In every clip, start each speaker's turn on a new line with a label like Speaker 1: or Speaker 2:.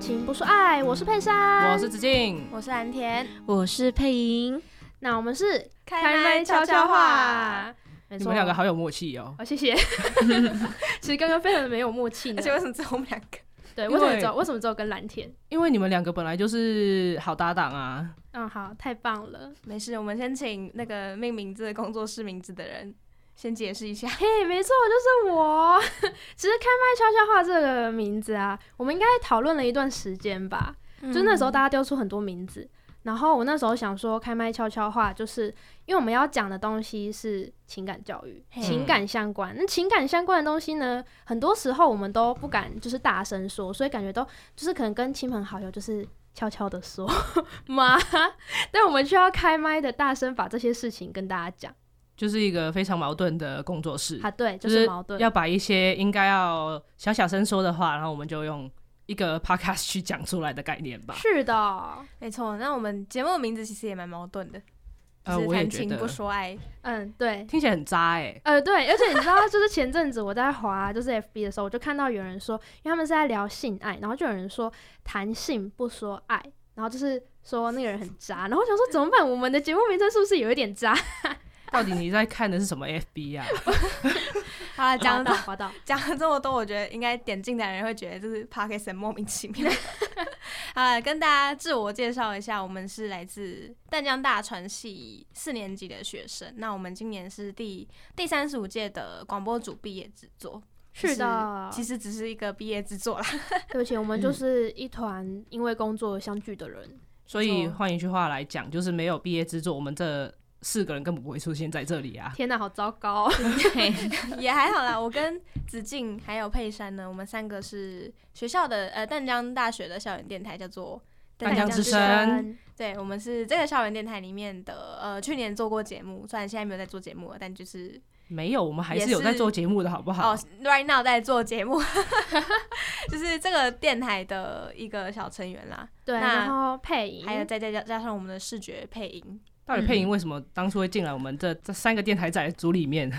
Speaker 1: 情不说爱，我是佩珊，
Speaker 2: 我是子敬，
Speaker 3: 我是蓝田，
Speaker 4: 我是佩莹，
Speaker 1: 那我们是
Speaker 3: 开麦
Speaker 1: 悄
Speaker 3: 悄
Speaker 1: 悄
Speaker 3: 悄
Speaker 1: 话
Speaker 3: 话。
Speaker 1: 没
Speaker 2: 你
Speaker 1: 错
Speaker 2: 们两个好有默契哦。
Speaker 1: 哦，谢谢。其实刚刚非常的没有默契呢
Speaker 3: 而且，为什么只有我们两个？
Speaker 1: 对，
Speaker 2: 因
Speaker 1: 为什么
Speaker 2: 为
Speaker 1: 只有为什么只有跟蓝田？
Speaker 2: 因为你们两个本来就是好搭档啊。
Speaker 1: 嗯，好，太棒了。
Speaker 3: 没事，我们先请那个命名字工作室名字的人 先解释一下。
Speaker 1: 嘿，没错，就是我。 其实“开麦悄悄话”这个名字啊，我们应该讨论了一段时间吧。
Speaker 3: 嗯
Speaker 1: 就那时候大家丢出很多名字，然后我那时候想说“开麦悄悄话”，就是因为我们要讲的东西是情感教育、
Speaker 3: 嘿
Speaker 1: 情感相关。那情感相关的东西呢，很多时候我们都不敢就是大声说，所以感觉都就是可能跟亲朋好友就是。悄悄的说 妈，但我们需要开麦的大声把这些事情跟大家讲
Speaker 2: 就是一个非常矛盾的工作室，
Speaker 1: 啊，对，就
Speaker 2: 就是
Speaker 1: 矛盾，
Speaker 2: 要把一些应该要小小声说的话，然后我们就用一个 podcast 去讲出来的概念吧。
Speaker 1: 是的，
Speaker 3: 没错，那我们节目的名字其实也蛮矛盾的，
Speaker 2: 呃，
Speaker 3: 就是
Speaker 2: 我也
Speaker 3: 谈
Speaker 2: 觉
Speaker 3: 情
Speaker 2: 得
Speaker 3: 不说 爱。
Speaker 1: 嗯，对，
Speaker 2: 听起来很渣哎、
Speaker 1: 呃，对，而且你知道，就是前阵子我在滑就是 FB 的时候，我就看到有人说，因为他们是在聊性爱，然后就有人说谈性不说爱，然后就是说那个人很渣，然后我想说怎么办？我们的节目名称是不是有一点渣？
Speaker 2: 到底你在看的是什么 FB 啊？
Speaker 3: 好了，讲
Speaker 1: 滑
Speaker 3: 了
Speaker 1: 到啊滑 到，
Speaker 3: 讲了这么多，我觉得应该点进来的人会觉得这是 p o d c a s t 莫名其妙。 啊，跟大家自我介绍一下，我们是来自淡江大传系四年级的学生。那我们今年是第第三十五届的广播组毕业制作，
Speaker 1: 是的，
Speaker 3: 其实只嗯是一个毕业制 作啦。
Speaker 1: 对不起，我们就是一团因为工作相聚的人，
Speaker 2: 所以换一句话来讲，就是没有毕业制作，我们这四个人根本不会出现在这里啊。
Speaker 1: 天哪，好糟糕！哦
Speaker 3: 也还好啦，我跟子敬还有佩珊呢，我们三个是学校的呃淡江大学的校园电台，叫做
Speaker 2: 淡江之声
Speaker 1: 声，
Speaker 3: 对，我们是这个校园电台里面的呃去年做过节目，虽然现在没有在做节目了，但就是
Speaker 2: 没有，我们还
Speaker 3: 也
Speaker 2: 是有在
Speaker 3: 是
Speaker 2: 做节目的好不好
Speaker 3: 哦？right now 在做节目， 就是这个电台的一个小成员啦，
Speaker 1: 对，
Speaker 3: 那
Speaker 1: 然后配音，
Speaker 4: 嗯
Speaker 3: 还有再加加加上我们的视觉配音，
Speaker 2: 到
Speaker 3: 嗯
Speaker 2: 底配音为什么当初会进来我们这这三个电台仔组里面？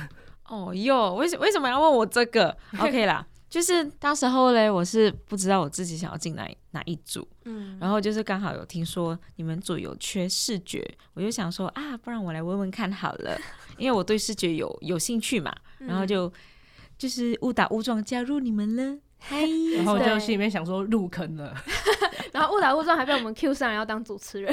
Speaker 4: 哦哟，为什为什么要问我这 个？OK 啦，就是当时候嘞，我是不知道我自己想要进来哪一组，
Speaker 3: 嗯，
Speaker 4: 然后就是刚好有听说你们组有缺视觉，我就想说啊，不然我来问问看好 了，因为我对视觉有有兴趣嘛，
Speaker 2: 嗯
Speaker 3: 嗯
Speaker 4: 然后就、就是误打误撞加入你们了。嗨，
Speaker 2: 然后就
Speaker 1: 对
Speaker 2: 心里面想说入坑了，
Speaker 1: 然后误打误撞还被我们 Q 上来要当主持人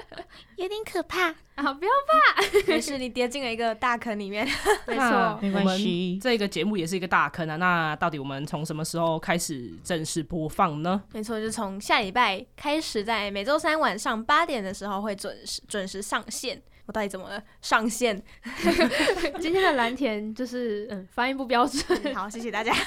Speaker 4: 有点可怕，
Speaker 1: 啊！不要，
Speaker 3: 于是你跌进了一个大坑里面，
Speaker 1: 没
Speaker 2: 那
Speaker 1: 错，
Speaker 4: 没关系
Speaker 2: 我们这个节目也是一个大坑啊。那到底我们从什么时候开始正式播放呢？
Speaker 3: 没错，就是从下礼拜开始，在每周三晚上八点的时候会准时准时上线。我到底怎么了？上 线？
Speaker 1: 今天的蓝田就是嗯发音不标准，
Speaker 3: 嗯好，谢谢大家。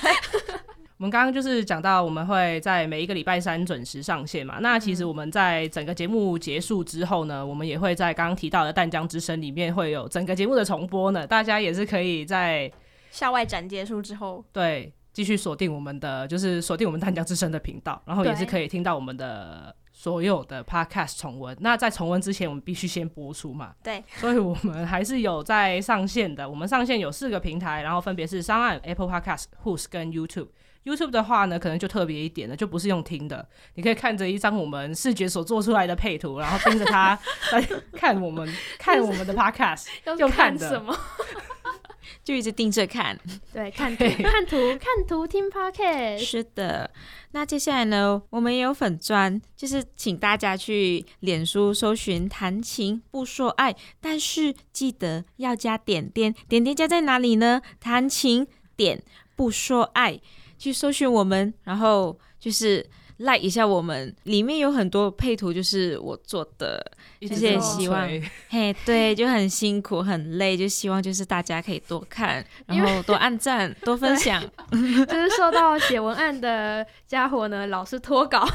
Speaker 2: 我们刚刚就是讲到我们会在每一个礼拜三准时上线嘛。那其实
Speaker 1: 嗯
Speaker 2: 我们在整个节目结束之后呢，我们也会在刚刚提到的《淡江之声》里面会有整个节目的重播呢，大家也是可以在
Speaker 3: 校外展结束之后，
Speaker 2: 对继续锁定我们的，就是锁定我们《淡江之声》的频道，然后也是
Speaker 3: 对
Speaker 2: 可以听到我们的。所有的 podcast 重温，那在重温之前，我们必须先播出嘛。
Speaker 3: 对，
Speaker 2: 所以我们还是有在上线的。我们上线有四个平台，然后分别是商岸、Apple Podcast、Who's 跟 YouTube。YouTube 的话呢，可能就特别一点了，就不是用听的，你可以看着一张我们视觉所做出来的配图，然后盯着 它来看我们看我们的 Podcast。
Speaker 1: 要
Speaker 2: 用看
Speaker 1: 看
Speaker 2: 的
Speaker 1: 什么？
Speaker 4: 就一直盯着看。
Speaker 1: 对，看图，看图，看图，听 podcast。
Speaker 4: 是的，那接下来呢，我们也有粉砖，就是请大家去脸书搜寻“谈情不说爱”，但是记得要加点点，点点加在哪里呢？谈情点不说爱，去搜寻我们，然后就是。赖一下我们，里面有很多配图，就是我做的，
Speaker 2: 一直
Speaker 4: 谢谢
Speaker 2: 这么
Speaker 4: 希望
Speaker 2: 催
Speaker 4: 嘿，对，就很辛苦，很累，就希望就是大家可以多看，然后多按赞，多分享，
Speaker 1: 就是受到写文案的家伙呢，老是脱稿，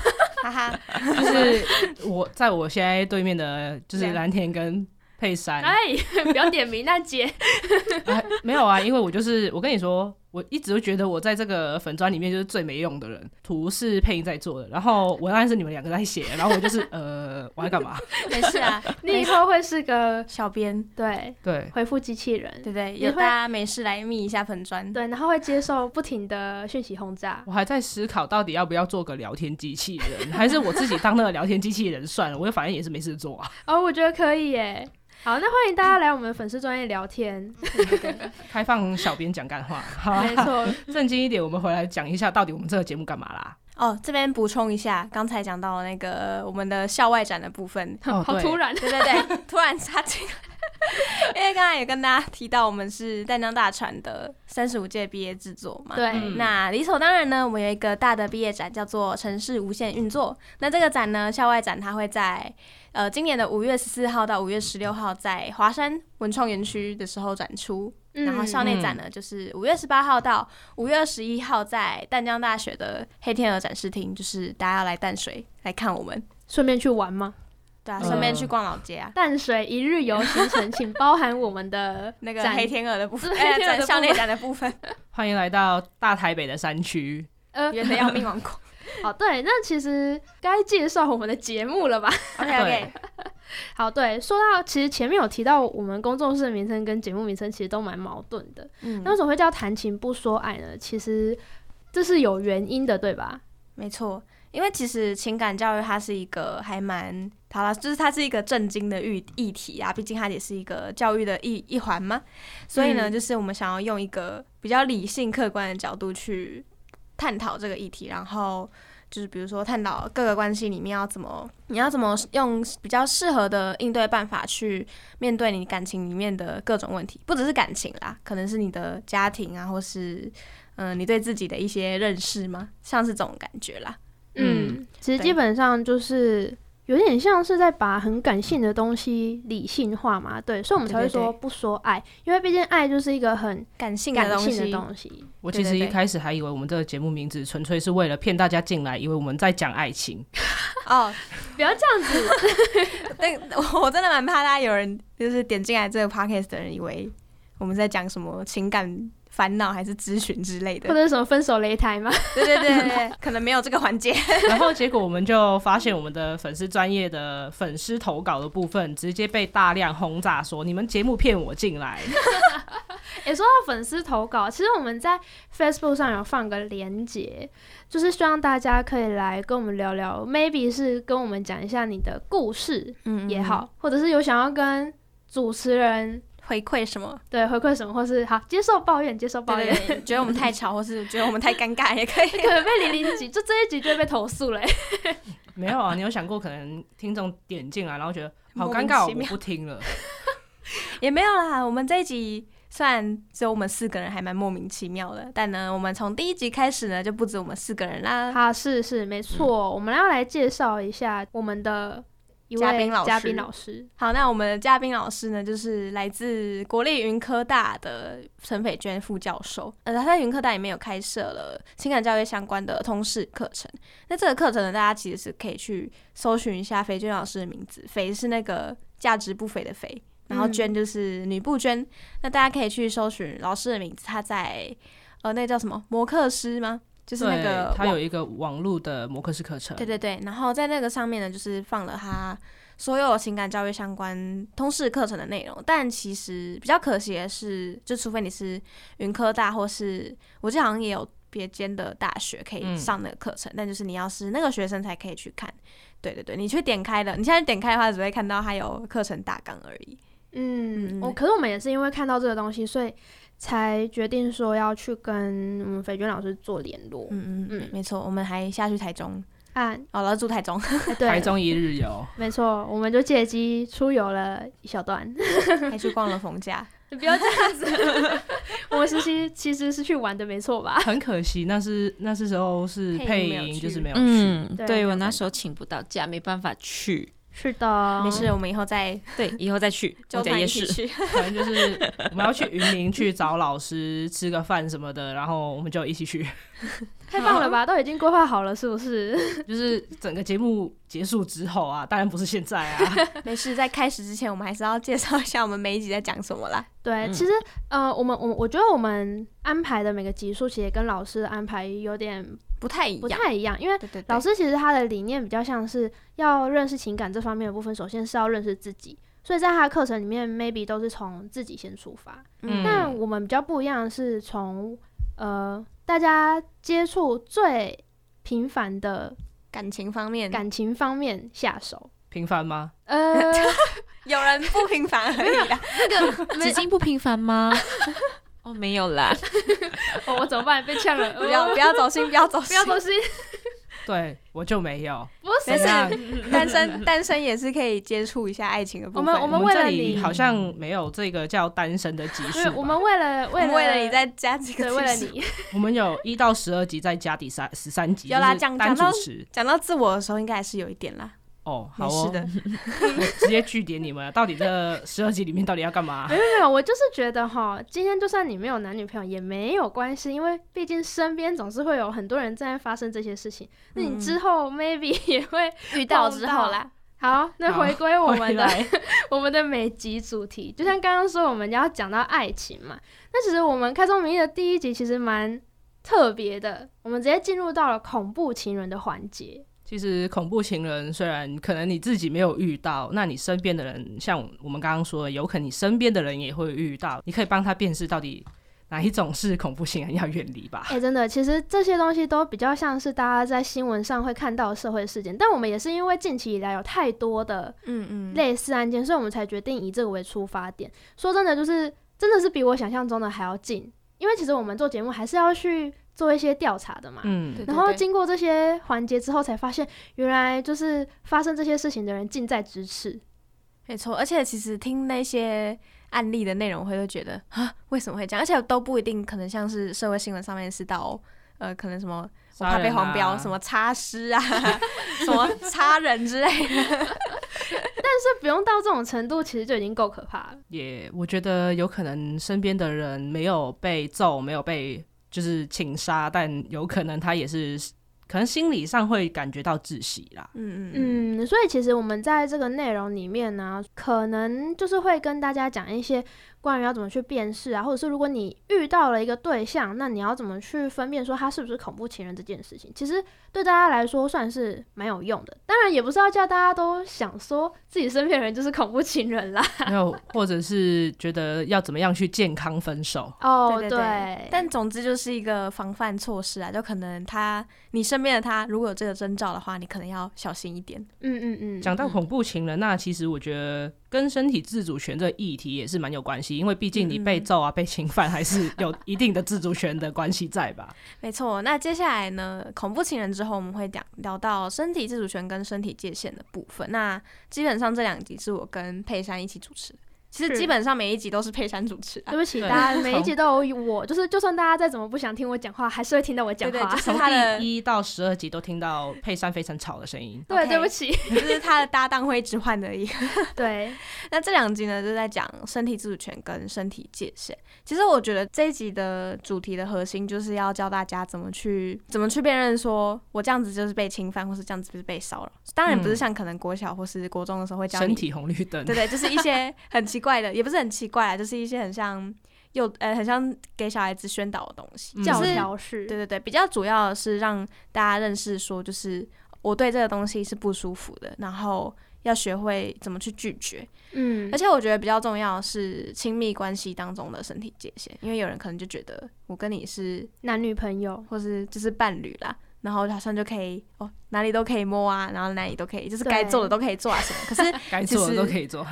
Speaker 3: 哈哈，
Speaker 2: 就是我在我现在对面的，就是
Speaker 1: 啊
Speaker 3: 两
Speaker 2: 蓝田跟佩珊。
Speaker 1: 哎哎，不要点名那姐，
Speaker 2: 啊没有啊，因为我就是我跟你说，我一直都觉得我在这个粉砖里面就是最没用的人，图是配音在做的，然后文案是你们两个在写，然后我就是 呃，我在干嘛？
Speaker 3: 没事 啊，
Speaker 1: 你以后会是个
Speaker 3: 小编，
Speaker 1: 对
Speaker 2: 对，
Speaker 1: 回复机器人，
Speaker 3: 对不对？
Speaker 1: 你
Speaker 3: 有
Speaker 1: 会
Speaker 3: 大家没事来密一下粉砖，
Speaker 1: 对，然后会接受不停的讯息轰炸。
Speaker 2: 我还在思考到底要不要做个聊天机器人，还是我自己当那个聊天机器人算了，我反正也是没事做啊。
Speaker 1: 哦，我觉得可以耶。好，那欢迎大家来我们粉丝专业聊天。
Speaker 2: 开放小编讲干话，好啊
Speaker 1: 没 错，
Speaker 2: 正经一点，我们回来讲一下到底我们这个节目干嘛啦。
Speaker 3: 哦，这边补充一下，刚才讲到那个我们的校外展的部分，
Speaker 2: 哦
Speaker 1: 好
Speaker 2: 对
Speaker 1: 突然。
Speaker 3: 对对 对，突然插进来，因为刚才也跟大家提到，我们是淡江大传的三十五届毕业制作嘛。。
Speaker 1: 对，
Speaker 2: 嗯
Speaker 3: 那理所当然呢，我们有一个大的毕业展叫做“城市无限运作”。那这个展呢，校外展它会在呃今年的五月十四号到五月十六号在华山文创园区的时候展出。
Speaker 1: 嗯
Speaker 3: 然后校内展呢，就是五月十八号到五月二十一号在淡江大学的黑天鹅展示厅，就是大家要来淡水来看我们，
Speaker 1: 顺便去玩嘛。
Speaker 3: 对啊，
Speaker 2: 嗯
Speaker 3: 顺便去逛老街啊。
Speaker 1: 淡水一日游行程，请包含我们的
Speaker 3: 那个
Speaker 1: 展
Speaker 3: 黑天鹅的部分，
Speaker 1: 是
Speaker 3: 哎
Speaker 1: 黑天鹅的
Speaker 3: 展
Speaker 1: 部分
Speaker 3: 校内展的部分，
Speaker 2: 欢迎来到大台北的山区，
Speaker 1: 呃，
Speaker 3: 远的要命王国。
Speaker 1: 好，对，那其实该介绍我们的节目了吧？
Speaker 3: OK OK，
Speaker 1: 好，对，说到其实前面有提到，我们工作室的名称跟节目名称其实都蛮矛盾的。那为
Speaker 3: 嗯，
Speaker 1: 什么会叫谈情不说爱呢？其实这是有原因的，对吧？
Speaker 3: 没错，因为其实情感教育它是一个还蛮。好了，就是它是一个震惊的议议题啊，毕竟它也是一个教育的一一环嘛，所以呢，
Speaker 1: 嗯
Speaker 3: 就是我们想要用一个比较理性、客观的角度去探讨这个议题，然后就是比如说探讨各个关系里面要怎么，你要怎么用比较适合的应对办法去面对你感情里面的各种问题，不只是感情啦，可能是你的家庭啊，或是嗯、呃你对自己的一些认识嘛，像是这种感觉啦。
Speaker 2: 嗯
Speaker 1: 嗯，其实
Speaker 3: 对
Speaker 1: 基本上就是有点像是在把很感性的东西理性化嘛，对，所以我们才会
Speaker 3: 对
Speaker 1: 说
Speaker 3: 对
Speaker 1: 不说爱，因为毕竟爱就是一个很
Speaker 3: 感性的
Speaker 1: 感
Speaker 3: 东
Speaker 1: 性的
Speaker 3: 西，
Speaker 1: 东西。
Speaker 2: 我
Speaker 3: 对
Speaker 2: 其实
Speaker 3: 对
Speaker 2: 一
Speaker 3: 对
Speaker 2: 开始还以为我们这个节目名字纯粹是为了骗大家进来，以为我们在讲爱 情。
Speaker 3: 哦，
Speaker 1: 不要这样子，
Speaker 3: 但 我我真的蛮怕大家有人就是点进来这个 podcast 的人，以为我们在讲什么情感烦恼还是咨询之类
Speaker 1: 或
Speaker 3: 的。
Speaker 1: 者是什么分手擂台嘛，
Speaker 3: 对对对对对，可能没有这个环节。
Speaker 2: 然后结果我们就发现，我们的粉丝专业的粉丝投稿的部分直接被大量轰炸说你们节目骗我进来。
Speaker 1: 也说到粉丝投稿，其实我们在 Facebook 上有放个连结，就是希望大家可以来跟我们聊聊，maybe 是跟我们讲一下你的故事
Speaker 3: 嗯
Speaker 1: 也好，或者是有想要跟主持人
Speaker 3: 回馈什 么？
Speaker 1: 对回馈什么，或是好接受抱怨，接受抱
Speaker 3: 对
Speaker 1: 怨。
Speaker 3: 对对，觉得我们太吵，或是觉得我们太尴尬也可以。
Speaker 1: 可能被零零级，就这一集就会被投诉嘞、
Speaker 2: 没有啊，你有想过可能听众点进来，然后觉得好
Speaker 3: 莫
Speaker 2: 尴
Speaker 3: 名
Speaker 2: 尬哦，
Speaker 3: 其
Speaker 2: 我
Speaker 3: 妙
Speaker 2: 不听了。
Speaker 3: 也没有啦，我们这一集虽然只有我们四个人，还蛮莫名其妙的，但呢，我们从第一集开始呢，就不止我们四个人 啦。
Speaker 1: 啊，是是没错，我们要来介绍一下我们的一
Speaker 3: 嗯嘉
Speaker 1: 位
Speaker 3: 宾老
Speaker 1: 嘉
Speaker 3: 师
Speaker 1: 宾老师，
Speaker 3: 好，那我们的嘉宾老师呢，就是来自国立云科大的陈斐娟副教授。呃，他在云科大里面有开设了情感教育相关的通识课程。那这个课程呢，大家其实是可以去搜寻一下斐娟老师的名字，斐是那个价值不菲的斐，然后
Speaker 1: 嗯
Speaker 3: 娟就是女不娟。那大家可以去搜寻老师的名字，他在呃，那个叫什么摩克师吗？就是那个
Speaker 2: 对他
Speaker 3: 网
Speaker 2: 有一个网络的摩克斯课程，
Speaker 3: 对对对，然后在那个上面呢，就是放了他所有情感教育相关通识课程的内容。但其实比较可惜的是，就除非你是云科大，或是我记得好像也有别间的大学可以
Speaker 2: 嗯
Speaker 3: 上那个课程，但就是你要是那个学生才可以去看。对对对，你去点开的，你现在点开的话，只会看到它有课程大纲而已。
Speaker 1: 嗯，
Speaker 3: 嗯
Speaker 1: 我、可是我们也是因为看到这个东西，所以才决定说要去跟我们肥娟老师做联络、
Speaker 3: 嗯嗯
Speaker 1: 嗯
Speaker 3: 嗯，没错，我们还下去台中，
Speaker 1: 啊，
Speaker 3: 哦，然后住台中。
Speaker 1: 哎
Speaker 2: 台
Speaker 1: 对，
Speaker 2: 中一日游。
Speaker 1: 没错，我们就借机出游了一小 段，
Speaker 3: 还去逛了冯家，
Speaker 1: 不要这样子，我们实习其实是去玩的，没错吧？
Speaker 2: 很可惜，那是那是时候是
Speaker 3: 配音
Speaker 2: 配
Speaker 3: 没有
Speaker 2: 音，
Speaker 3: 去
Speaker 2: 就是没有去。
Speaker 3: 啊
Speaker 4: 嗯，
Speaker 1: 对
Speaker 4: 对
Speaker 1: 没
Speaker 4: 我
Speaker 1: 有
Speaker 4: 那
Speaker 1: 办
Speaker 4: 时候请不到假，没办法去。
Speaker 1: 是的，
Speaker 3: 没事，我们以后再
Speaker 4: 对，以后 再去
Speaker 3: 纠
Speaker 4: 我
Speaker 3: 团
Speaker 4: 家
Speaker 3: 一
Speaker 4: 夜
Speaker 3: 起
Speaker 4: 市。
Speaker 3: 去。
Speaker 2: 反正就是我们要去云林去找老师吃个饭什么的，然后我们就一起去。
Speaker 1: 太棒了吧？都已经规划好了，是不是？
Speaker 2: 就是整个节目结束之后啊，当然不是现在啊，
Speaker 3: 没事，在开始之前，我们还是要介绍一下我们每一集在讲什么啦。
Speaker 1: 对，
Speaker 4: 嗯
Speaker 1: 其实呃，我们我我觉得我们安排的每个集数其实跟老师的安排有点
Speaker 3: 不太一
Speaker 1: 不
Speaker 3: 样，
Speaker 1: 太一样，因为
Speaker 3: 对对对，
Speaker 1: 老师其实他的理念比较像是要认识情感这方面的部分，首先是要认识自己，所以在他的课程里面，maybe 都是从自己先出发。
Speaker 2: 嗯
Speaker 1: 但我们比较不一样的是从呃大家接触最频繁的
Speaker 3: 感情方面，
Speaker 1: 感情方面下 手。
Speaker 2: 平凡吗？
Speaker 1: 呃，
Speaker 3: 有人不平凡 而已啦。啊
Speaker 4: 纸巾不平 凡吗？哦，没有啦，
Speaker 1: 哦我怎么办？被呛了，
Speaker 3: 不要不要走心，不要走
Speaker 1: 不
Speaker 3: 心
Speaker 1: 要，走心，
Speaker 2: 对我就没有。
Speaker 1: 不
Speaker 3: 没
Speaker 1: 是
Speaker 3: 事
Speaker 2: 怎样
Speaker 3: 单身单身也是可以接触一下爱情的部
Speaker 1: 我
Speaker 3: 分。
Speaker 1: 们我们为
Speaker 2: 这
Speaker 1: 了
Speaker 2: 里
Speaker 1: 你，
Speaker 2: 好像没有这个叫单身的啊集
Speaker 1: 就是
Speaker 2: 数吧。
Speaker 1: 我们为了
Speaker 3: 我
Speaker 1: 为
Speaker 3: 们
Speaker 1: 了
Speaker 3: 为了你再加几个
Speaker 1: 对
Speaker 3: 字
Speaker 1: 为了你，
Speaker 2: 我们有一到十二集，再加第三十三集，
Speaker 3: 有啦
Speaker 2: 就是
Speaker 3: 讲
Speaker 2: 单主
Speaker 3: 讲到
Speaker 2: 持
Speaker 3: 讲到自我的时候，应该还是有一点啦，
Speaker 2: 哦，好
Speaker 3: 没
Speaker 2: 哦
Speaker 3: 事，的。
Speaker 2: 我直接据点你们了，到底这十二集里面到底要干嘛
Speaker 1: 没？有没有，我就是觉得哈，今天就算你没有男女朋友也没有关系，因为毕竟身边总是会有很多人正在发生这些事情，那
Speaker 3: 嗯
Speaker 1: 你之后 maybe 也会
Speaker 3: 遇
Speaker 1: 到之后啦。好。那
Speaker 2: 好
Speaker 1: 回归 我
Speaker 2: 回
Speaker 1: 们的
Speaker 2: 来
Speaker 1: 我们的每集主题，就像刚刚说我们要讲到爱情嘛，那其实我们开宗明义的第一集其实蛮特别的，我们直接进入到了恐怖情人的环节。
Speaker 2: 其实恐怖情人虽然可能你自己没有遇到，那你身边的人，像我们刚刚说的，有可能你身边的人也会遇到，你可以帮他辨识到底哪一种是恐怖情人，要远离 吧。
Speaker 1: 哎、真的，其实这些东西都比较像是大家在新闻上会看到的社会事件，但我们也是因为近期以来有太多的
Speaker 3: 嗯嗯，
Speaker 1: 类似案件，所以我们才决定以这个为出发点。说真的，就是真的是比我想象中的还要近，因为其实我们做节目还是要去做一些调查的嘛。
Speaker 2: 嗯，
Speaker 3: 对
Speaker 1: 然后经过这些环节之后，才发现原来就是发生这些事情的人近在咫尺。
Speaker 3: 没错，而且其实听那些案例的内容，会会觉得啊，为什么会这样？而且都不一定，可能像是社会新闻上面是到呃，可能什么我怕被黄标，什么擦尸啊， 什么擦人之类的。
Speaker 1: 但是不用到这种程度，其实就已经够可怕了。
Speaker 2: 也，我觉得有可能身边的人没有被揍，没有被就是情杀，但有可能他也是，可能心理上会感觉到窒息啦。
Speaker 3: 嗯嗯
Speaker 1: 嗯，所以其实我们在这个内容里面呢、可能就是会跟大家讲一些关于要怎么去辨识啊，或者是如果你遇到了一个对象，那你要怎么去分辨说他是不是恐怖情人这件事情，其实对大家来说算是蛮有用的。当然，也不是要叫大家都想说自己身边的人就是恐怖情人 啦。
Speaker 2: 还有，或者是觉得要怎么样去健康分手，
Speaker 1: 哦，
Speaker 3: 对对对，但总之就是一个防范措施啊，就可能他你身边的他如果有这个征兆的话，你可能要小心一点。
Speaker 1: 嗯嗯嗯，
Speaker 2: 讲到恐怖情人，那其实我觉得跟身体自主权这个议题也是蛮有关系，因为毕竟你
Speaker 3: 嗯
Speaker 2: 被揍啊、被侵犯，还是有一定的自主权的关系在吧？
Speaker 3: 没错，那接下来呢，恐怖情人之后，我们会讲聊到身体自主权跟身体界限的部分。那基本上这两集是我跟佩珊一起主持的，其实
Speaker 1: 是
Speaker 3: 基本上每一集都是佩珊主持啊
Speaker 1: 嗯对。不起，
Speaker 2: 对
Speaker 1: 大家每一集都有我，就是就算大家再怎么不想听我讲话，还是会听到我讲
Speaker 3: 对对
Speaker 1: 话
Speaker 3: 就。是
Speaker 2: 从
Speaker 3: 他 的
Speaker 2: 第一到十二集都听到佩珊非常吵的声音，
Speaker 1: 对，
Speaker 3: OK
Speaker 1: 对不起，
Speaker 3: 就是他的搭档会一直换而已。
Speaker 1: 对，
Speaker 3: 那这两集呢，就在讲身体自主权跟身体界限。其实我觉得这一集的主题的核心就是要教大家怎么去怎么去辨认，说我这样子就是被侵犯，或是这样子就是被骚扰。当然不是
Speaker 2: 嗯
Speaker 3: 像可能国小或是国中的时候会教
Speaker 2: 身
Speaker 3: 你
Speaker 2: 体红绿灯，
Speaker 3: 对对，就是一些很奇怪的，也不是很奇怪啊，就是一些很像幼呃，很像给小孩子宣导的东西。
Speaker 2: 嗯
Speaker 1: 教
Speaker 3: 就是
Speaker 1: 条式，
Speaker 3: 对对对，比较主要的是让大家认识说，就是我对这个东西是不舒服的，然后要学会怎么去拒绝。
Speaker 1: 嗯
Speaker 3: 而，且我觉得比较重要的是亲密关系当中的身体界限，因为有人可能就觉得我跟你是
Speaker 1: 男女朋友，
Speaker 3: 或是就是伴侣啦。然后好像就可以哦，哪里都可以摸啊，然后哪里都可以，就是该做的都可以做啊什么。 可是
Speaker 2: 该做
Speaker 3: 就
Speaker 2: 的
Speaker 3: 是
Speaker 2: 都可以 做。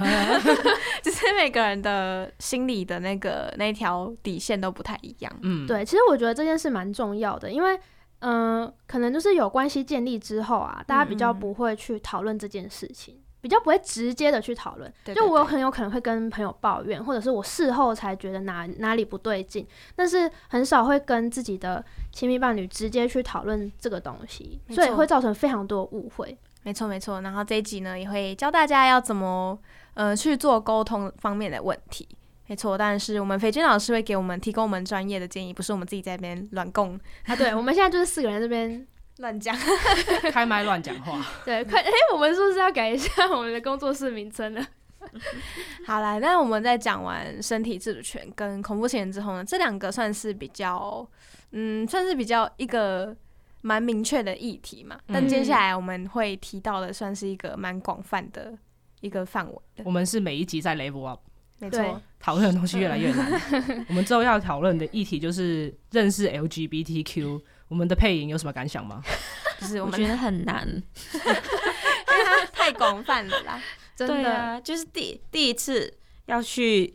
Speaker 3: 就是每个人的心里的那个那一条底线都不太一样。
Speaker 2: 嗯，
Speaker 1: 对，其实我觉得这件事蛮重要的，因为。嗯，可能就是有关系建立之后啊，大家比较
Speaker 3: 嗯嗯
Speaker 1: 不会去讨论这件事情，比较不会直接的去讨论。
Speaker 3: 对
Speaker 1: 就
Speaker 3: 对
Speaker 1: 我
Speaker 3: 对
Speaker 1: 很有可能会跟朋友抱怨，或者是我事后才觉得哪哪里不对劲，但是很少会跟自己的亲密伴侣直接去讨论这个东西，
Speaker 3: 没
Speaker 1: 所以
Speaker 3: 错
Speaker 1: 会造成非常多误会。
Speaker 3: 没错没错。然后这一集呢，也会教大家要怎么呃去做沟通方面的问题。没错，但是我们肥娟老师会给我们提供我们专业的建议，不是我们自己在那边乱供
Speaker 1: 啊，对，我们现在就是四个人这 边，
Speaker 3: 乱讲。
Speaker 2: 开麦乱讲话。
Speaker 1: 对，快，哎、我们是不是要改一下我们的工作室名称呢？
Speaker 3: 好啦，那我们在讲完身体自主权跟恐怖情人之后呢，这两个算是比较，嗯，算是比较一个蛮明确的议题嘛。但
Speaker 2: 嗯
Speaker 3: 接下来我们会提到的，算是一个蛮广泛的一个范围的。
Speaker 2: 我们是每一集在 level up，
Speaker 3: 没
Speaker 1: 对
Speaker 3: 错，
Speaker 2: 讨论的东西越来越 难。我们之后要讨论的议题就是认识 LGBTQ。我们的配音有什么感想吗？
Speaker 3: 就是我
Speaker 4: 我
Speaker 3: 们
Speaker 4: 觉 得很难。
Speaker 3: 因为它太广泛了啦。
Speaker 1: 真
Speaker 4: 对
Speaker 1: 的，
Speaker 4: 啊，就是第第一次要去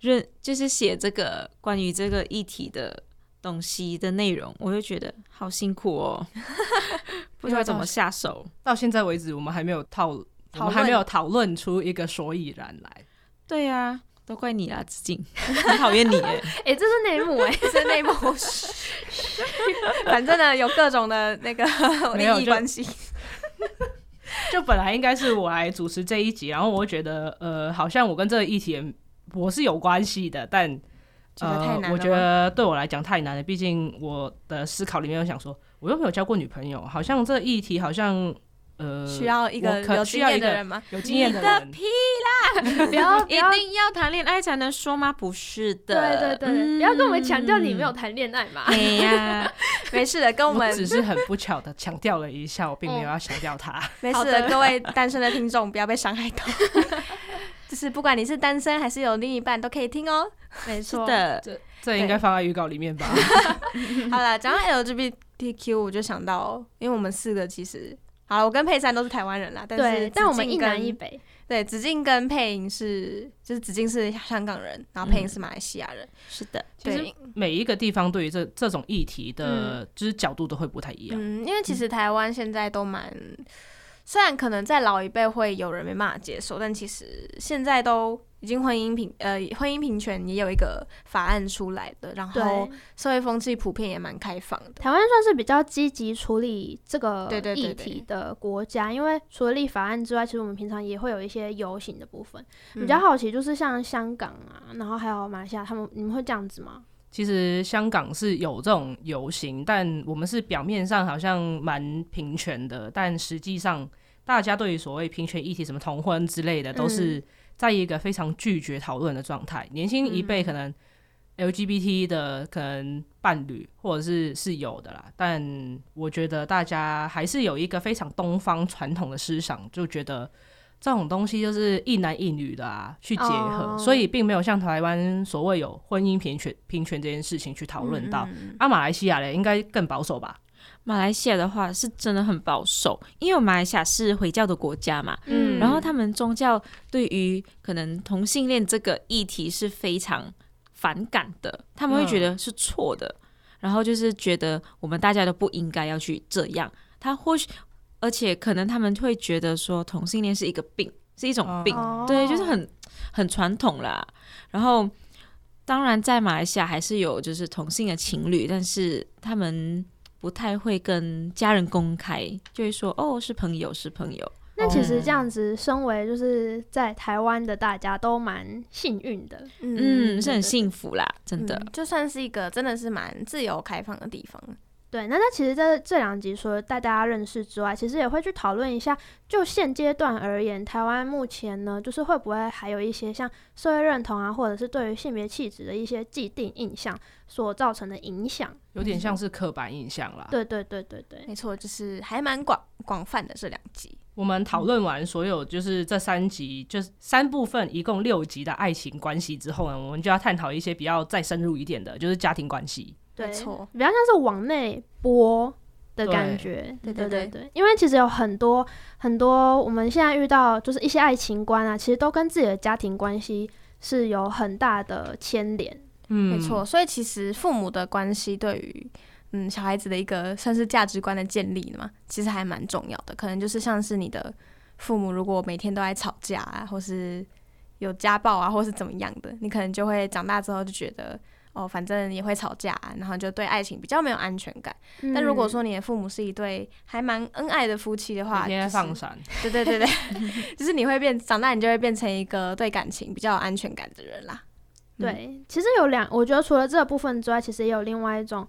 Speaker 4: 认，就是写这个关于这个议题的东西的内容，我就觉得好辛 苦哦，不知道怎么下手。
Speaker 2: 到现在为止，我们还没有讨，我
Speaker 3: 讨
Speaker 2: 们
Speaker 3: 论
Speaker 2: 还没有讨论出一个所以然来。
Speaker 4: 对啊，都怪你啦，子敬， 很讨厌你耶。
Speaker 1: 哎、这是内 幕哎、
Speaker 3: 是内幕，反正呢有各种的那个
Speaker 2: 没有
Speaker 3: 利益
Speaker 2: 就
Speaker 3: 关系。
Speaker 2: 就本来应该是我来主持这一集，然后我觉得呃，好像我跟这个议题也我是有关系的，但
Speaker 3: 觉得太难了
Speaker 2: 呃，
Speaker 3: 吗
Speaker 2: 我觉得对我来讲太难了，毕竟我的思考里面有想说，我又没有交过女朋友，好像这议题好像呃
Speaker 3: 需要一个
Speaker 2: 我可
Speaker 3: 有
Speaker 2: 需
Speaker 3: 经
Speaker 2: 要一
Speaker 3: 验
Speaker 2: 个
Speaker 3: 的人吗？
Speaker 2: 有经验的人，
Speaker 1: 不要不
Speaker 4: 一
Speaker 1: 要，
Speaker 4: 定要谈恋爱才能说吗？不是
Speaker 1: 对
Speaker 4: 的，嗯
Speaker 1: 对对，不要跟我们强调你没 有谈恋爱嘛。
Speaker 4: 哎呀，
Speaker 3: 没事的，跟我
Speaker 2: 我
Speaker 3: 们
Speaker 2: 只是很不巧的强调了一下，我并没
Speaker 3: 嗯
Speaker 2: 有要强调 他。
Speaker 3: 没
Speaker 1: 好
Speaker 3: 事
Speaker 1: 的
Speaker 3: 的，各位单身的听众不要被伤害 到。就是不管你是单身还是有另一半，都可以听哦。
Speaker 1: 没
Speaker 4: 是
Speaker 1: 错，
Speaker 4: 的，
Speaker 2: 这这应该放在预告里面吧？
Speaker 3: 好了，讲到 LGBTQ，我就想到，因为我们四个其实，好了，我跟佩珊都是台湾人啦，但
Speaker 1: 对
Speaker 3: 是，
Speaker 1: 但我们
Speaker 3: 子
Speaker 1: 一
Speaker 3: 敬跟
Speaker 1: 南一北，
Speaker 3: 对，子敬跟配音是，就是子敬是香港人，然后配音是马来西亚人，
Speaker 4: 是的，
Speaker 2: 其实
Speaker 3: 对，
Speaker 2: 每一个地方对于这这种议题的，就是角度都会不太一样。
Speaker 3: 嗯，因为其实台湾现在都蛮，虽然可能在老一辈会有人没办法接受，但其实现在都已经婚姻平呃婚姻平权也有一个法案出来的，然后
Speaker 1: 对，
Speaker 3: 社会风气普遍也蛮开放的。
Speaker 1: 台湾算是比较积极处理这个
Speaker 3: 对对对
Speaker 1: 议题的国家，因为除了立法案之外，其实我们平常也会有一些游行的部分。比较
Speaker 3: 嗯，
Speaker 1: 好奇就是像香港啊，然后还有马来西亚，他们你们会这样子吗？
Speaker 2: 其实香港是有这种游行，但我们是表面上好像蛮平权的，但实际上大家对于所谓平权议题，什么同婚之类的，都是在一个非常拒绝讨论的状态。年轻一辈可能 LGBT 的可能伴侣或者是是有的啦，但我觉得大家还是有一个非常东方传统的思想，就觉得。这种东西就是一男一女的啊，去结合
Speaker 1: 哦
Speaker 2: 所以并没有像台湾所谓有婚姻平权平权这件事情去讨论
Speaker 3: 嗯
Speaker 2: 到。啊，马来西亚嘞，应该更保守吧？
Speaker 4: 马来西亚的话是真的很保守，因为马来西亚是回教的国家嘛，
Speaker 3: 嗯
Speaker 4: 然后他们宗教对于可能同性恋这个议题是非常反感的，他们会觉得是错的，然后就是觉得我们大家都不应该要去这样。他或许，而且可能他们会觉得说同性恋是一个病，是一种病，
Speaker 1: 哦
Speaker 4: 对，就是很很传统啦。然后，当然在马来西亚还是有就是同性的情侣，但是他们不太会跟家人公开，就会说哦是朋友是朋友。
Speaker 1: 那其实
Speaker 2: 哦
Speaker 1: 这样子，身为就是在台湾的大家都蛮幸运的，
Speaker 4: 嗯，是很幸福啦，真
Speaker 3: 嗯
Speaker 4: 的。
Speaker 3: 就算是一个真的是蛮自由开放的地方。
Speaker 1: 对，那那其实这这两集除了带大家认识之外，其实也会去讨论一下，就现阶段而言，台湾目前呢，就是会不会还有一些像社会认同啊，或者是对于性别气质的一些既定印象所造成的影响。
Speaker 2: 有
Speaker 3: 嗯
Speaker 2: 点像是刻板印象啦。
Speaker 1: 对对对对对，
Speaker 3: 没错，就是还蛮广广泛的这两集。
Speaker 2: 我们讨论完所有就是这三集，就是三部分，一共六集的爱情关系之后呢，我们就要探讨一些比较再深入一点的，就是家庭关系。
Speaker 1: 对
Speaker 3: 没错，
Speaker 1: 比较像是往内播的感
Speaker 2: 对
Speaker 1: 觉。
Speaker 3: 对
Speaker 1: 对
Speaker 3: 对
Speaker 1: 对
Speaker 3: 对
Speaker 1: 对，因为其实有很多很多，我们现在遇到就是一些爱情观啊，其实都跟自己的家庭关系是有很大的牵连。
Speaker 2: 嗯
Speaker 3: 没错，。所以其实父母的关系对于嗯小孩子的一个算是价值观的建立嘛，其实还蛮重要的。可能就是像是你的父母如果每天都在吵架啊，或是有家暴啊，或是怎么样的，你可能就会长大之后就觉得。哦，反正也会吵架，啊然后就对爱情比较没有安全感。但如
Speaker 1: 嗯
Speaker 3: 果说你的父母是一对还蛮恩爱的夫妻的话，
Speaker 2: 每天在
Speaker 3: 就是
Speaker 2: 放闪，
Speaker 3: 对对对对， 就是你会变长大，你就会变成一个对感情比较有安全感的人啦。
Speaker 1: 对，其实有两，我觉得除了这个部分之外，其实也有另外一种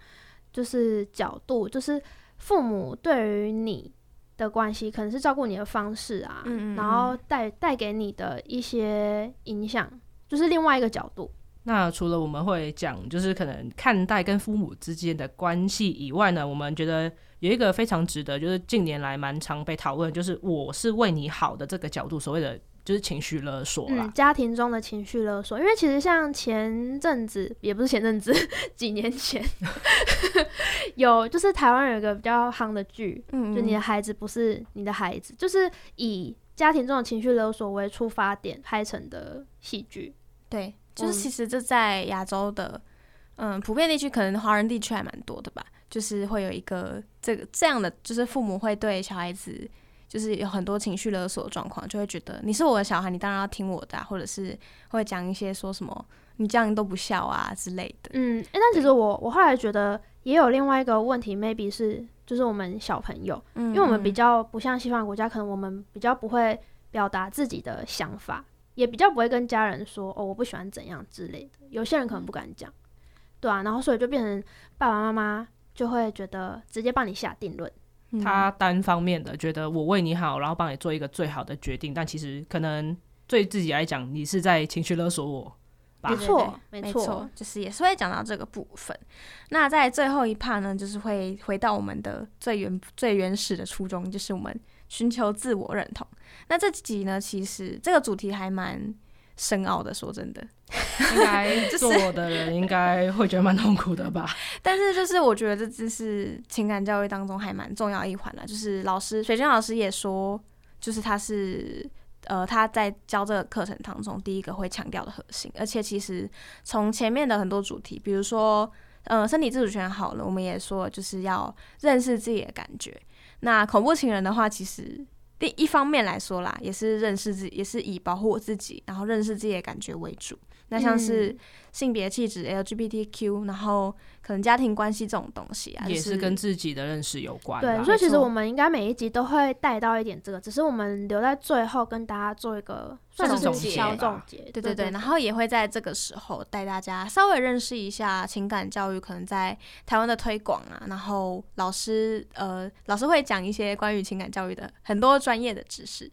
Speaker 1: 就是角度，就是父母对于你的关系，可能是照顾你的方式啊，
Speaker 3: 嗯嗯
Speaker 1: 然后带带给你的一些影响，就是另外一个角度。
Speaker 2: 那除了我们会讲，就是可能看待跟父母之间的关系以外呢，我们觉得有一个非常值得，就是近年来蛮常被讨论，就是我是为你好的这个角度，所谓的就是情绪勒索啦。
Speaker 1: 嗯，家庭中的情绪勒索，因为其实像前阵子，也不是前阵子， 几年前有，就是台湾有一个比较夯的剧，
Speaker 3: 嗯
Speaker 1: 就你的孩子不是你的孩子，就是以家庭中的情绪勒索为出发点拍成的戏剧。
Speaker 3: 对，就是
Speaker 1: 嗯
Speaker 3: 其实这在亚洲的，嗯，普遍地区可能华人地区还蛮多的吧，就是会有一个这个这样的，就是父母会对小孩子。就是有很多情绪勒索的状况，就会觉得你是我的小孩，你当然要听我的、啊，或者是会讲一些说什么你这样都不孝啊之类的。
Speaker 1: 嗯，诶但其实我我后来觉得也有另外一个问题，maybe 是就是我们小朋友，
Speaker 3: 嗯
Speaker 1: 因为我们比较不像西方国家，可能我们比较不会表达自己的想法，也比较不会跟家人说哦我不喜欢怎样之类的。有些人可
Speaker 3: 嗯
Speaker 1: 能不敢讲，对啊，然后所以就变成爸爸妈妈就会觉得直接帮你下定论。
Speaker 3: 嗯
Speaker 2: 他单方面的觉得我为你好，然后帮你做一个最好的决定，但其实可能对自己来讲，你是在情绪勒索我。吧
Speaker 1: 没
Speaker 3: 对
Speaker 1: 错，
Speaker 3: 对
Speaker 1: 没
Speaker 3: 没错，，就是也是会讲到这个部分。那在最后一 part 呢，就是会回到我们的最原最原始的初衷，就是我们寻求自我认同。那这集呢，其实这个主题还蛮深奥的，说真的。
Speaker 2: 应该 做的人应该会觉得蛮痛苦的吧？
Speaker 3: 但是就是我觉得这只是情感教育当中还蛮重要一环啦。就是老师水娟老师也说，就是他是呃他在教这个课程当中第一个会强调的核心，而且其实从前面的很多主题，比如说呃身体自主权好了，我们也说就是要认识自己的感觉。那恐怖情人的话，其实。第一方面来说啦，也是认识自己，也是以保护我自己，然后认识自己的感觉为主。那像是
Speaker 1: 嗯
Speaker 3: 性别气质 LGBTQ，然后可能家庭关系这种东西啊，
Speaker 2: 也
Speaker 3: 就是
Speaker 2: 跟自己的认识有关啦。
Speaker 1: 对，所以其
Speaker 3: 没
Speaker 1: 实
Speaker 3: 错
Speaker 1: 我们应该每一集都会带到一点这个，只是我们留在最后跟大家做一个
Speaker 2: 算
Speaker 1: 算
Speaker 2: 是
Speaker 1: 是
Speaker 2: 总结
Speaker 1: 小
Speaker 2: 吧
Speaker 1: 总结。
Speaker 3: 对对对，然后也会在这个时候带大家稍微认识一下情感教育可能在台湾的推广啊，然后老师呃老师会讲一些关于情感教育的很多专业的知识，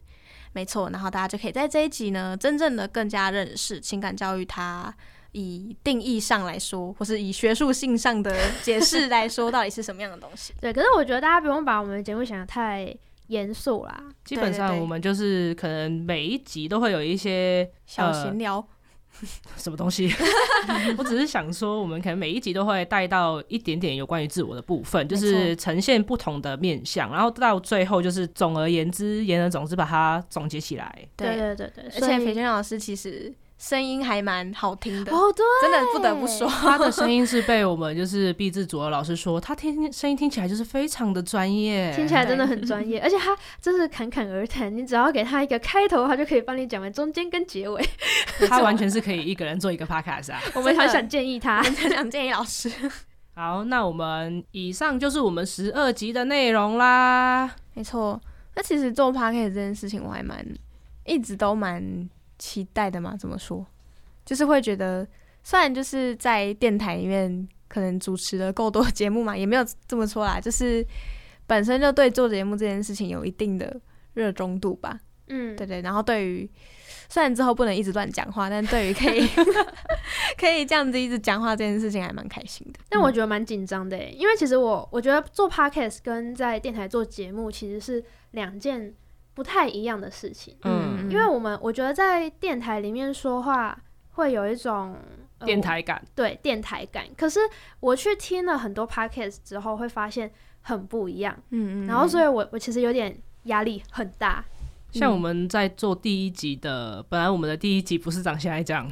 Speaker 3: 没错，然后大家就可以在这一集呢真正的更加认识情感教育它。以定义上来说，或是以学术性上的解释来说，到底是什么样的东 西？
Speaker 1: 对，可是我觉得大家不用把我们的节目想的太严肃啦。
Speaker 2: 基本
Speaker 3: 对
Speaker 2: 上
Speaker 3: 对对
Speaker 2: 我们就是可能每一集都会有一些
Speaker 3: 小闲聊，
Speaker 2: 什么东西， 我只是想说，我们可能每一集都会带到一点点有关于自我的部分，就
Speaker 3: 没
Speaker 2: 是呈现不同的面相，然后到最后就是总而言之，言而总之把它总结起来。
Speaker 1: 对对对对，
Speaker 3: 而
Speaker 1: 所
Speaker 3: 且
Speaker 1: 以
Speaker 3: 裴娟老师其实声音还蛮好听的，
Speaker 1: 哦对，
Speaker 3: 真的不得不说。
Speaker 2: 他的声音是被我们就是毕志卓老师说，他听声音听起来就是非常的专业，
Speaker 1: 听起来真的很专 业，而且他真是侃侃而谈，你只要给他一个开头，他就可以帮你讲完中间跟结尾。
Speaker 2: 他完全是可以一个人做一个 podcast 啊。
Speaker 1: 我们很想建议他，
Speaker 3: 很想建议老师，
Speaker 2: 好，那我们以上就是我们十二集的内容啦。
Speaker 3: 没错。那其实做 p a r k 这件事情，我还蛮一直都蛮期待的嘛。怎么说？就是会觉得，虽然就是在电台里面可能主持了够多 节目嘛，也没有这么说啦，就是本身就对做节目这件事情有一定的热衷度吧。
Speaker 1: 嗯，
Speaker 3: 对对，然后对于虽然之后不能一直乱讲话，但对于可以 可以这样子一直讲话这件事情，还蛮开心的。
Speaker 1: 但我觉得蛮紧张的耶，欸因为其实我我觉得做 podcast 跟在电台做节目其实是两件不太一样的事情，
Speaker 2: 嗯，
Speaker 1: 因为我们我觉得在电台里面说话会有一种、呃
Speaker 2: 嗯电台感，
Speaker 1: 对电台感，可是我去听了很多 podcast 之后，会发现很不一样，
Speaker 3: 嗯
Speaker 1: 然后所以我我其实有点压力很大，
Speaker 2: 像
Speaker 3: 嗯
Speaker 2: 我们在做第一集的，本来我们的第一集不是长现在这 样，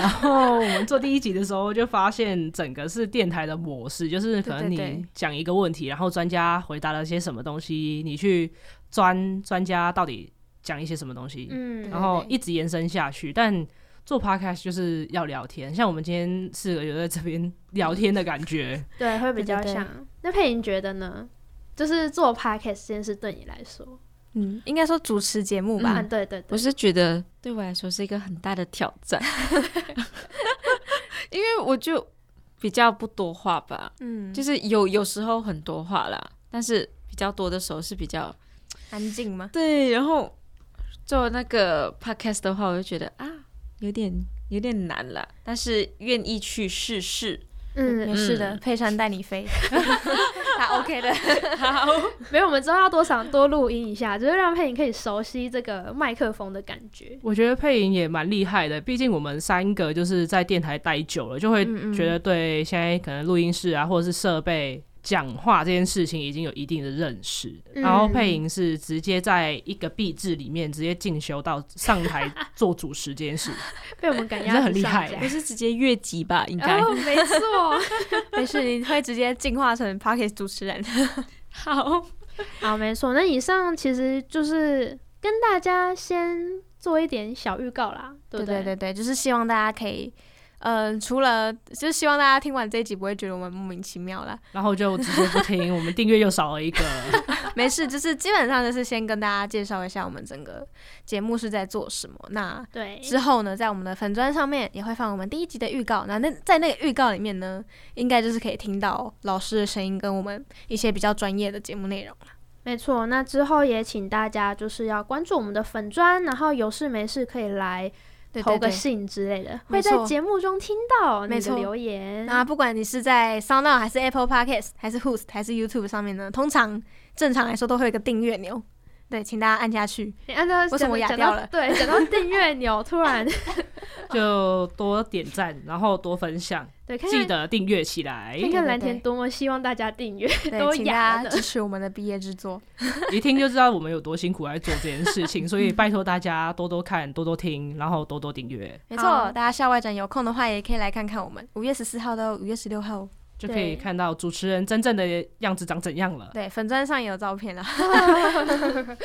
Speaker 2: 然后我们做第一集的时候就发现整个是电台的模式，就是可能
Speaker 3: 对对
Speaker 2: 你
Speaker 3: 对
Speaker 2: 讲一个问题，然后专家回答了些什么东西，你去钻专家到底讲一些什么东西，
Speaker 1: 嗯，
Speaker 2: 然后
Speaker 3: 对对
Speaker 2: 一直延伸下去。但做 podcast 就是要聊天，像我们今天四个有在这边聊天的感觉。
Speaker 1: 对，会比
Speaker 4: 对对
Speaker 1: 较
Speaker 4: 对
Speaker 1: 像。那佩莹觉得呢？就是做 podcast 这件事对你来说，
Speaker 3: 嗯，应该说主持节
Speaker 2: 嗯
Speaker 3: 目吧
Speaker 1: 啊，，对对
Speaker 4: 我
Speaker 1: 对，
Speaker 4: 是觉得对我来说是一个很大的挑战，因为我就比较不多话吧，
Speaker 3: 嗯，
Speaker 4: 就是是有有时候很多话啦，但是比较多的时候是比较
Speaker 3: 安静吗？
Speaker 4: 对，然后做那个 podcast 的话，我就觉得啊，有点有点难啦，但是愿意去试试。
Speaker 1: 嗯，
Speaker 3: 没事的，佩珊带你 飞，他 OK 的。
Speaker 1: 没有，我们之后要多少多录音一下，就是让佩莹可以熟悉这个麦克风的感觉。
Speaker 2: 我觉得配音也蛮厉害的，毕竟我们三个就是在电台待久了，就会
Speaker 1: 嗯嗯
Speaker 2: 觉得对现在可能录音室啊，或者是设备讲话这件事情已经有一定的认识。
Speaker 1: 嗯
Speaker 2: 然后配音是直接在一个壁制里面直接进修到上台做主持这件事，
Speaker 1: 被我们赶
Speaker 2: 真
Speaker 1: 鸭
Speaker 2: 的很
Speaker 1: 子
Speaker 2: 厉
Speaker 1: 上
Speaker 2: 害
Speaker 1: 架
Speaker 4: 我。是直接越级吧，应该、
Speaker 1: 哎哦，没错。
Speaker 3: 没事，你会直接进化成 Pocket 主持人。
Speaker 4: 好。
Speaker 1: 好，没错。那以上其实就是跟大家先做一点小预告啦，对
Speaker 3: 对
Speaker 1: 不
Speaker 3: 对
Speaker 1: 对
Speaker 3: 对对，就是希望大家可以，嗯、除了就是希望大家听完这一集不会觉得我们莫名其妙啦。
Speaker 2: 然后就直接不听，我们订阅又少了一个。
Speaker 3: 没事，就是基本上就是先跟大家介绍一下我们整个节目是在做什么。那
Speaker 1: 对
Speaker 3: 之后呢，在我们的粉砖上面也会放我们第一集的预告。那那在那个预告里面呢，应该就是可以听到老师的声音跟我们一些比较专业的节目内容。
Speaker 1: 没错。那之后也请大家就是要关注我们的粉砖，然后有事没事可以来
Speaker 3: 对
Speaker 1: 投
Speaker 3: 对
Speaker 1: 个
Speaker 3: 对。
Speaker 1: 信之类的，
Speaker 3: 没
Speaker 1: 会
Speaker 3: 错
Speaker 1: 在节目中听到
Speaker 3: 没
Speaker 1: 你
Speaker 3: 错
Speaker 1: 的留言。
Speaker 3: 那不管你是在 Sound On 还是 Apple Podcast 还是 Who's 还是 YouTube 上面呢，通常正常来说都会有一个订阅钮，对，请大家按下去。
Speaker 1: 你哎按照
Speaker 3: 为什么我哑
Speaker 1: 讲
Speaker 3: 掉
Speaker 1: 到
Speaker 3: 了
Speaker 1: 对，讲到订阅钮，突 然
Speaker 2: 就多点赞，然后多分享，
Speaker 1: 对，看
Speaker 2: 记
Speaker 1: 看
Speaker 2: 得订阅起来。
Speaker 1: 看
Speaker 3: 对对
Speaker 1: 看蓝田
Speaker 3: 对
Speaker 1: 多么希望大家订 阅。
Speaker 3: 对，
Speaker 1: 都
Speaker 3: 请
Speaker 1: 哑
Speaker 3: 大家
Speaker 1: 了
Speaker 3: 支持我们的毕业 制作。
Speaker 2: 一听就知道我们有多辛苦来做这件事情，所以拜托大家多多看、多多听，然后多多订阅，
Speaker 3: 没错，
Speaker 1: 好
Speaker 3: 大家校外展有空的话，也可以来看看我们。五月十四号到五月十六号，
Speaker 2: 就可以
Speaker 1: 对
Speaker 2: 看到主持人真正的样子长怎样了。
Speaker 3: 对，粉砖上也有照片啊了，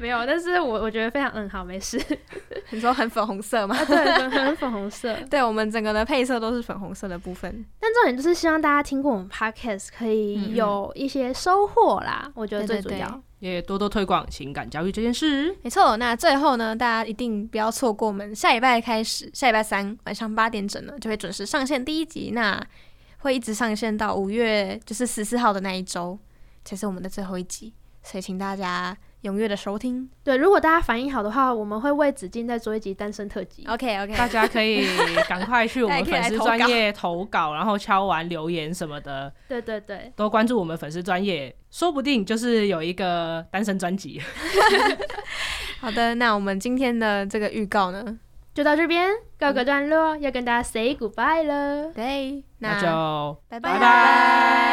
Speaker 1: 没有，但是我我觉得非常嗯好，没事。
Speaker 3: 很多很粉红色嘛。
Speaker 1: 对，很很 粉红色。
Speaker 3: 啊对我们整个的配色都是粉红色的部分。
Speaker 1: 但重点就是希望大家听过我们 podcast 可
Speaker 2: 嗯
Speaker 1: 以有一些收获啦，我觉得最
Speaker 3: 对对
Speaker 1: 主
Speaker 3: 对
Speaker 1: 要。
Speaker 2: 也多多推广情感教育这件事。
Speaker 3: 没错，那最后呢，大家一定不要错过我们下礼拜开始，下礼拜三晚上八点整呢就会准时上线第一集，那会一直上线到五月就是十四号的那一周，才是我们的最后一集，所以请大家踊跃的收听。
Speaker 1: 对，如果大家反应好的话，我们会为子敬再做一集单身特辑。
Speaker 3: OK OK，
Speaker 2: 大家可以赶快去我们粉丝专业投稿，然后敲完留言什么的，
Speaker 1: 对对对，
Speaker 2: 多关注我们粉丝专业，说不定就是有一个单身专辑。
Speaker 3: 好的，那我们今天的这个预告呢，
Speaker 1: 就到这边告个段落，要跟大家 say goodbye 了。
Speaker 3: 对，
Speaker 2: 那
Speaker 3: 那
Speaker 2: 就
Speaker 3: 拜
Speaker 2: 拜
Speaker 3: 拜
Speaker 2: 拜。